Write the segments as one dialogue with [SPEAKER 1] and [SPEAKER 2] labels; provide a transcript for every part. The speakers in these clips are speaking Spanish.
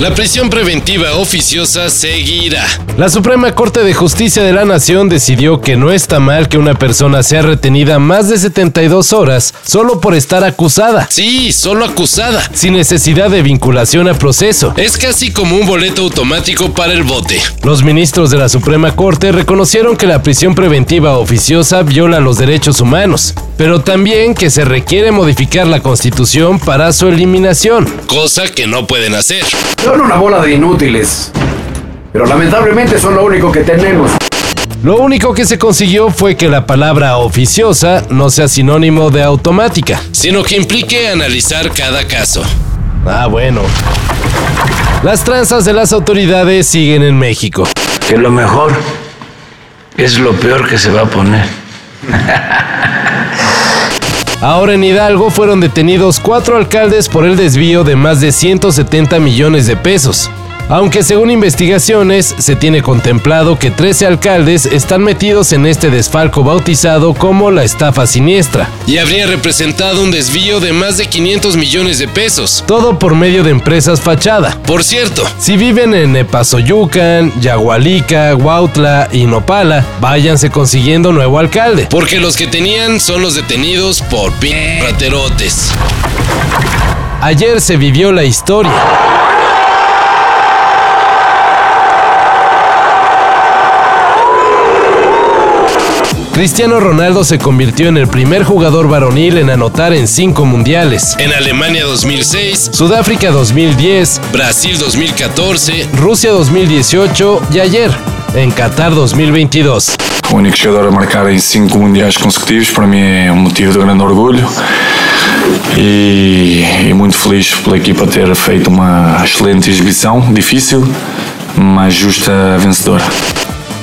[SPEAKER 1] La prisión preventiva oficiosa seguirá. La Suprema Corte de Justicia de la Nación decidió que no está mal que una persona sea retenida más de 72 horas solo por estar acusada. Sí, solo acusada, sin necesidad de vinculación a proceso. Es casi como un boleto automático para el bote. Los ministros de la Suprema Corte reconocieron que la prisión preventiva oficiosa viola los derechos humanos, pero también que se requiere modificar la Constitución para su eliminación, cosa que no pueden hacer.
[SPEAKER 2] Son una bola de inútiles. Pero lamentablemente son lo único que tenemos.
[SPEAKER 1] Lo único que se consiguió fue que la palabra oficiosa no sea sinónimo de automática, sino que implique analizar cada caso. Ah, bueno. Las tranzas de las autoridades siguen en México.
[SPEAKER 3] que lo mejor es lo peor que se va a poner.
[SPEAKER 1] Ahora en Hidalgo fueron detenidos cuatro alcaldes por el desvío de más de 170 millones de pesos. Aunque según investigaciones se tiene contemplado que 13 alcaldes están metidos en este desfalco bautizado como la estafa siniestra. Y habría representado un desvío de más de 500 millones de pesos. Todo por medio de empresas fachada. Por cierto, si viven en Epazoyucan, Yagualica, Huautla y Nopala, váyanse consiguiendo nuevo alcalde. Porque los que tenían son los detenidos por p... raterotes. Ayer se vivió la historia. Cristiano Ronaldo se convirtió en el primer jugador varonil en anotar en cinco mundiales. En Alemania 2006, Sudáfrica 2010, Brasil 2014, Rusia 2018 y ayer, en Qatar 2022.
[SPEAKER 4] O único jogador a marcar em cinco mundiais consecutivos, para mim é um motivo de grande orgulho. E, e muito feliz pela equipa ter feito uma excelente exibição, difícil, mas justa vencedora.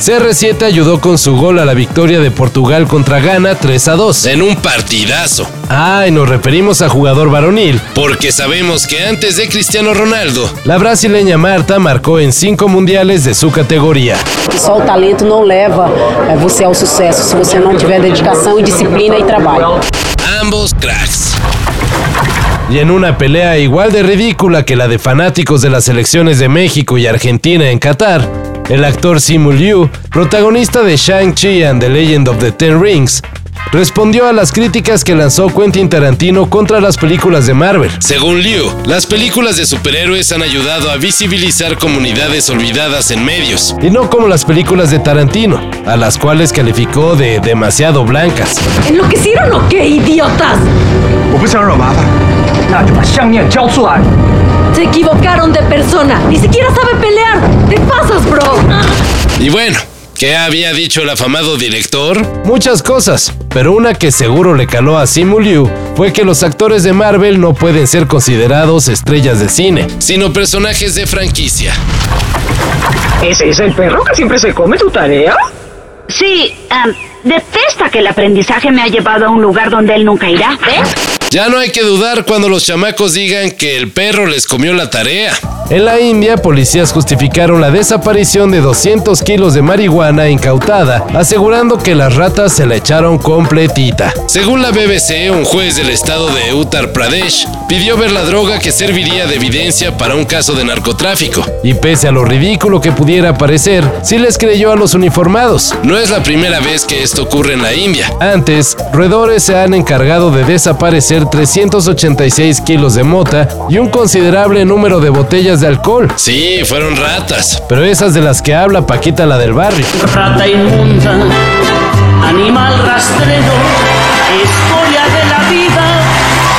[SPEAKER 1] CR7 ayudó con su gol a la victoria de Portugal contra Ghana 3 a 2. En un partidazo. Ah, y nos referimos a jugador varonil. Porque sabemos que antes de Cristiano Ronaldo, la brasileña Marta marcó en 5 mundiales de su categoría.
[SPEAKER 5] Só o talento não leva eh, você ao sucesso se você não tiver dedicação, disciplina e trabalho.
[SPEAKER 1] Ambos cracks. Y en una pelea igual de ridícula que la de fanáticos de las selecciones de México y Argentina en Qatar, el actor Simu Liu, protagonista de Shang-Chi and the Legend of the Ten Rings, respondió a las críticas que lanzó Quentin Tarantino contra las películas de Marvel. Según Liu, las películas de superhéroes han ayudado a visibilizar comunidades olvidadas en medios, y no como las películas de Tarantino, a las cuales calificó de demasiado blancas.
[SPEAKER 6] ¿Enloquecieron o qué, idiotas? Se equivocaron de persona. Ni siquiera sabe pelear. Te pasas, bro.
[SPEAKER 1] Y bueno, ¿qué había dicho el afamado director? Muchas cosas, pero una que seguro le caló a Simu Liu fue que los actores de Marvel no pueden ser considerados estrellas de cine, sino personajes de franquicia.
[SPEAKER 7] ¿Ese es el perro que siempre se come tu tarea?
[SPEAKER 8] Sí, am, detesta que el aprendizaje me ha llevado a un lugar donde él nunca irá. ¿Ves?
[SPEAKER 1] Ya no hay que dudar cuando los chamacos digan que el perro les comió la tarea. En la India, policías justificaron la desaparición de 200 kilos de marihuana incautada, asegurando que las ratas se la echaron completita. Según la BBC, un juez del estado de Uttar Pradesh pidió ver la droga que serviría de evidencia para un caso de narcotráfico. Y pese a lo ridículo que pudiera parecer, sí les creyó a los uniformados. No es la primera vez que esto ocurre en la India. Antes, roedores se han encargado de desaparecer 386 kilos de mota y un considerable número de botellas de alcohol. Sí, fueron ratas. Pero esas de las que habla Paquita la del barrio.
[SPEAKER 9] Rata inmunda, animal rastrero, escoria de la vida,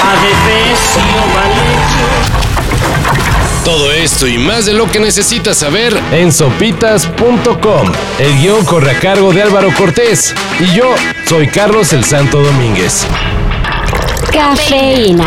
[SPEAKER 9] adefesio mal hecho.
[SPEAKER 1] Todo esto y más de lo que necesitas saber en sopitas.com. El guión corre a cargo de Álvaro Cortés y yo soy Carlos el Santo Domínguez.
[SPEAKER 10] Cafeína.